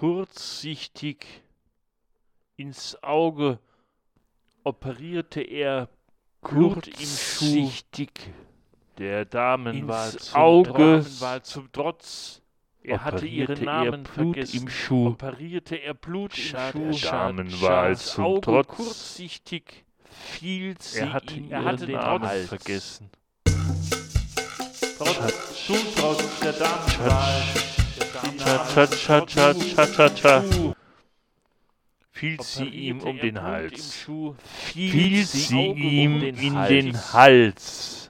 Kurzsichtig ins Auge operierte er Kurt im Schuh kurzsichtig der Damenwahl ins zum Auge. Damenwahl zum Trotz. Er hatte Operierte ihren Namen er Blut vergessen. im Schuh. Operierte er Blut Schad- im Schuh. der Schad- Damenwahl das zum Auge Trotz. kurzsichtig. Fiel sie Er hatte, ihm er hatte um den den Namen Hals. vergessen. Trotz, zum Trotz der Damenwahl. Cha cha cha cha cha cha cha. Fiel sie ihm um den um Hals. Fiel, Fiel sie ihm in den Hals.